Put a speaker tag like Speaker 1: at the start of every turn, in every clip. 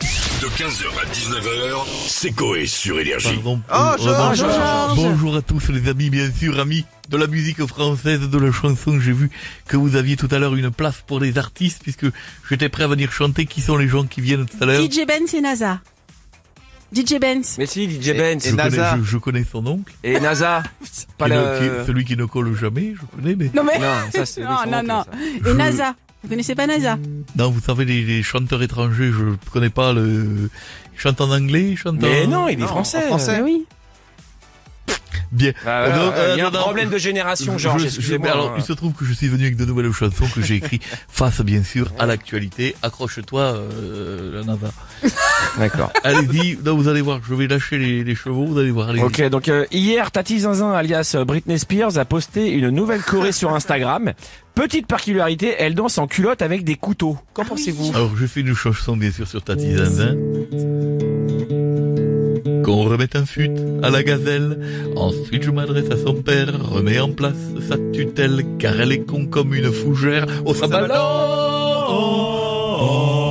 Speaker 1: De 15h à 19h, c'est Coé sur Énergie.
Speaker 2: Pardon. Oh,
Speaker 3: Ah, Georges,
Speaker 2: Bonjour.
Speaker 4: Georges.
Speaker 2: Bonjour à tous les amis, bien sûr, amis de la musique française, de la chanson. J'ai vu que vous aviez tout à l'heure une place pour les artistes, puisque j'étais prêt à venir chanter. Qui sont les gens qui viennent tout à l'heure
Speaker 4: DJ Benz et Ben, NASA. DJ Benz.
Speaker 5: Mais si, DJ Benz
Speaker 2: je, Eh ben, connais,
Speaker 3: NASA.
Speaker 2: je- je connais son oncle,
Speaker 5: et NASA. Pas
Speaker 2: qui
Speaker 5: le...
Speaker 2: ne- qui- celui qui ne colle jamais, je connais, mais...
Speaker 4: Non mais
Speaker 5: Non, ça c'est.
Speaker 4: Non,
Speaker 5: oui,
Speaker 4: non,
Speaker 5: c'est
Speaker 4: non.
Speaker 5: honteux, ça.
Speaker 4: et NASA. Vous connaissez pas NASA
Speaker 2: Non, vous savez, les, les chanteurs étrangers, je connais pas le... Ils chantent en anglais, ils chantent
Speaker 5: Mais
Speaker 2: en-
Speaker 5: non, il est
Speaker 3: Non,
Speaker 5: français.
Speaker 3: en français.
Speaker 4: Ben oui.
Speaker 2: Bien.
Speaker 5: Ah, ouais,
Speaker 2: Non,
Speaker 5: ouais,
Speaker 2: euh,
Speaker 5: il y a un
Speaker 2: non, non.
Speaker 5: problème de génération,
Speaker 2: Je-
Speaker 5: Georges.
Speaker 2: je- mais
Speaker 5: Excusez-moi.
Speaker 2: alors, il se trouve que je suis venu avec de nouvelles chansons que j'ai écrites face, bien sûr, à l'actualité. Accroche-toi, euh, la NASA.
Speaker 5: D'accord.
Speaker 2: Allez-y, non, vous allez voir, je vais lâcher les, les chevaux, vous allez voir. allez-y.
Speaker 5: Ok, donc euh, hier, Tati Zinzin, alias euh, Britney Spears, a posté une nouvelle choré sur Instagram. Petite particularité, elle danse en culotte avec des couteaux. Qu'en pensez-vous
Speaker 2: Alors, je fais une chanson, bien sûr, sur Tati Zinzin. Qu'on remette un fut à la gazelle. Ensuite, je m'adresse à son père. Remets en place sa tutelle, car elle est con comme une fougère. Oh, ça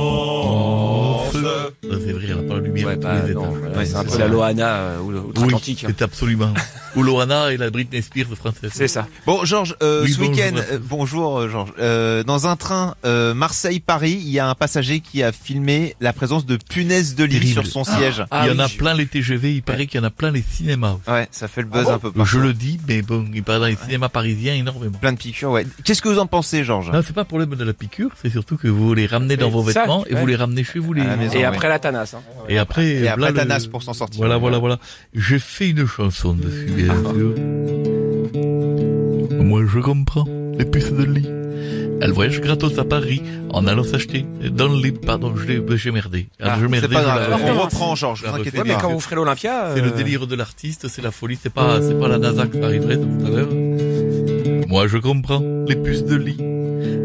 Speaker 2: balance. Ça, Oh, C'est vrai, elle n'a pas la lumière. à
Speaker 5: Ouais,
Speaker 2: tous
Speaker 5: bah,
Speaker 2: les
Speaker 5: non,
Speaker 2: étages.
Speaker 5: ouais, c'est un peu
Speaker 2: ça.
Speaker 5: la Loana euh, ou
Speaker 2: Oui,
Speaker 5: l'Outre-Atlantique. hein.
Speaker 2: c'est absolument. Ou Loana et la Britney Spears française.
Speaker 5: C'est ça.
Speaker 3: Bon Georges, euh,
Speaker 2: Oui,
Speaker 3: ce week-end,
Speaker 2: bonjour.
Speaker 3: euh, bonjour euh, Georges. Euh, dans un train euh, Marseille-Paris, il y a un passager qui a filmé la présence de punaises de lit
Speaker 2: Terrible.
Speaker 3: sur son siège.
Speaker 5: Ah
Speaker 2: il y en
Speaker 5: oui,
Speaker 2: a
Speaker 5: je-
Speaker 2: plein les TGV, il paraît qu'il y en a plein les cinémas.
Speaker 3: Ouais, ça fait le buzz un peu.
Speaker 2: Ah Je
Speaker 3: partout.
Speaker 2: le dis, mais bon, il paraît dans les cinémas parisiens énormément.
Speaker 3: Plein de piqûres, ouais. Qu'est-ce que vous en pensez Georges
Speaker 2: Non, c'est pas le problème de la piqûre, c'est surtout que vous les ramenez dans
Speaker 5: Oui,
Speaker 2: vos
Speaker 5: ça,
Speaker 2: vêtements et
Speaker 5: ouais.
Speaker 2: vous les ramenez chez vous. Les...
Speaker 3: À la maison.
Speaker 5: Et
Speaker 3: Ouais.
Speaker 5: après la Thanas. Hein.
Speaker 2: Et après,
Speaker 3: Et
Speaker 2: euh,
Speaker 3: après
Speaker 2: là,
Speaker 3: Thanas
Speaker 2: le-
Speaker 3: pour s'en sortir.
Speaker 2: Voilà, voilà, voilà. J'ai fait une chanson dessus, bien
Speaker 3: Ah.
Speaker 2: sûr. Moi, je comprends les puces de lit. Elles voyagent gratos à Paris en allant s'acheter dans les... Pardon, je l'ai- j'ai merdé.
Speaker 5: Ah,
Speaker 2: je
Speaker 3: C'est
Speaker 2: merdais,
Speaker 3: pas
Speaker 2: je
Speaker 3: grave,
Speaker 2: l'avais.
Speaker 3: on reprend Georges,
Speaker 2: La
Speaker 3: vous inquiétez
Speaker 2: recette.
Speaker 5: Mais
Speaker 3: pas.
Speaker 5: quand vous ferez l'Olympia.
Speaker 2: C'est le
Speaker 5: euh,
Speaker 2: délire de l'artiste, c'est la folie, c'est pas, c'est pas la NASA qui arriverait tout à l'heure. Moi, je comprends les puces de lit.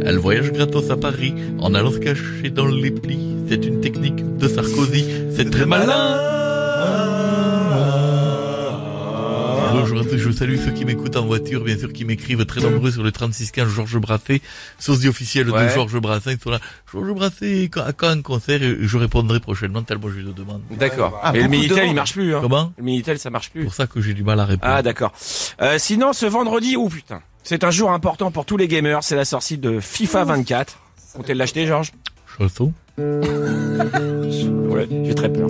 Speaker 2: Elles voyagent gratos à Paris en allant se cacher dans les plis. C'est une technique de Sarkozy, c'est très malin. Bonjour à tous, je salue ceux qui m'écoutent en voiture, bien sûr, qui m'écrivent très nombreux sur le 3615 Georges Brassé, sosie officielle de
Speaker 5: Ouais.
Speaker 2: Georges Brassé. Ils sont là, Georges Brassé, quand- à quand un concert Et Je répondrai prochainement tellement je le demande.
Speaker 5: D'accord.
Speaker 3: Ah,
Speaker 5: Et le
Speaker 3: beaucoup de
Speaker 5: Minitel,
Speaker 3: demandes.
Speaker 5: il marche plus. Hein.
Speaker 2: Comment
Speaker 5: Le Minitel, ça marche plus.
Speaker 2: Pour ça que j'ai du mal à répondre.
Speaker 5: Ah d'accord. Euh, sinon ce vendredi, oh putain, c'est un jour important pour tous les gamers, c'est la sortie de FIFA 24. Comptez l'acheter Georges
Speaker 2: Chanson
Speaker 5: Ouais, j'ai très peur.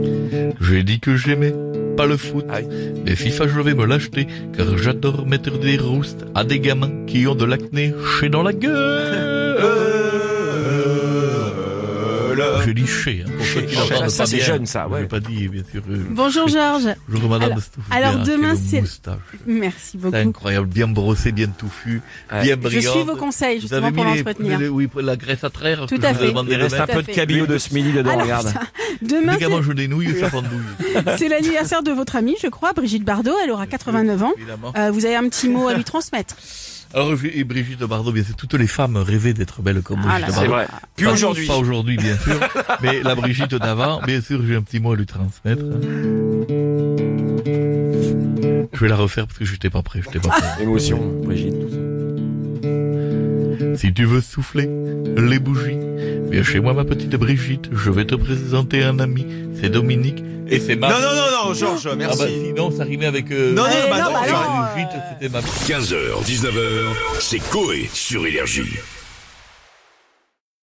Speaker 2: J'ai dit que j'aimais pas le foot.
Speaker 5: Ah oui.
Speaker 2: Mais FIFA, je vais me l'acheter, car j'adore mettre des roustes à des gamins qui ont de l'acné chez dans la gueule. J'ai dit chez, hein, pour ceux qui
Speaker 5: Chez,
Speaker 2: l'entendent pas
Speaker 5: ça, c'est
Speaker 2: bien.
Speaker 5: jeune, ça, ouais.
Speaker 2: J'ai pas dit, bien sûr. euh,
Speaker 4: Bonjour Georges.
Speaker 2: Bonjour madame
Speaker 4: Alors-
Speaker 2: Stouff,
Speaker 4: alors
Speaker 2: bien,
Speaker 4: demain,
Speaker 2: quelle
Speaker 4: c'est-
Speaker 2: moustache.
Speaker 4: Merci
Speaker 2: C'est
Speaker 4: beaucoup.
Speaker 2: incroyable, bien brossé, bien touffu,
Speaker 5: Ouais.
Speaker 2: bien
Speaker 4: Je
Speaker 2: brillant.
Speaker 4: suis vos conseils
Speaker 2: Vous avez
Speaker 4: justement pour
Speaker 2: mis les-
Speaker 4: l'entretenir.
Speaker 2: les- oui, la graisse à traire. parce
Speaker 4: Tout
Speaker 2: que
Speaker 4: à
Speaker 2: je vous ai
Speaker 4: fait.
Speaker 2: demandé
Speaker 5: Il
Speaker 2: de
Speaker 5: reste un
Speaker 2: mettre.
Speaker 5: peu de cabillot de ce midi dedans,
Speaker 4: Alors,
Speaker 5: regarde.
Speaker 4: ça, demain,
Speaker 2: Évidemment, je dénouille, ça pendouille.
Speaker 4: c'est- c'est l'anniversaire de votre amie, je crois, Brigitte Bardot. Elle aura 89 ans.
Speaker 2: Évidemment.
Speaker 4: Euh, vous avez un petit mot à lui transmettre.
Speaker 2: Alors, je- et Brigitte Bardot, bien sûr, toutes les femmes rêvaient d'être belles comme
Speaker 4: Ah
Speaker 2: Brigitte
Speaker 4: là là.
Speaker 5: C'est
Speaker 2: Bardot.
Speaker 5: vrai. Puis
Speaker 2: Pas-
Speaker 5: aujourd'hui.
Speaker 2: Pas aujourd'hui, bien sûr. mais la Brigitte d'avant, bien sûr, j'ai un petit mot à lui transmettre. Je vais la refaire parce que j'étais pas prêt, j'étais pas prêt.
Speaker 5: Émotion, Brigitte.
Speaker 2: Si tu veux souffler les bougies, viens chez moi, ma petite Brigitte. Je vais te présenter un ami. C'est Dominique et c'est ma.
Speaker 3: Non, non, non, non, Georges,
Speaker 2: Ah bah,
Speaker 3: merci.
Speaker 2: sinon, ça rimait avec. euh,
Speaker 3: Non, non,
Speaker 4: Eh
Speaker 3: bah
Speaker 4: non,
Speaker 3: non,
Speaker 4: bah
Speaker 2: Brigitte,
Speaker 4: non, euh,
Speaker 2: c'était ma.
Speaker 1: 15h, 19h, c'est Coé sur Énergie.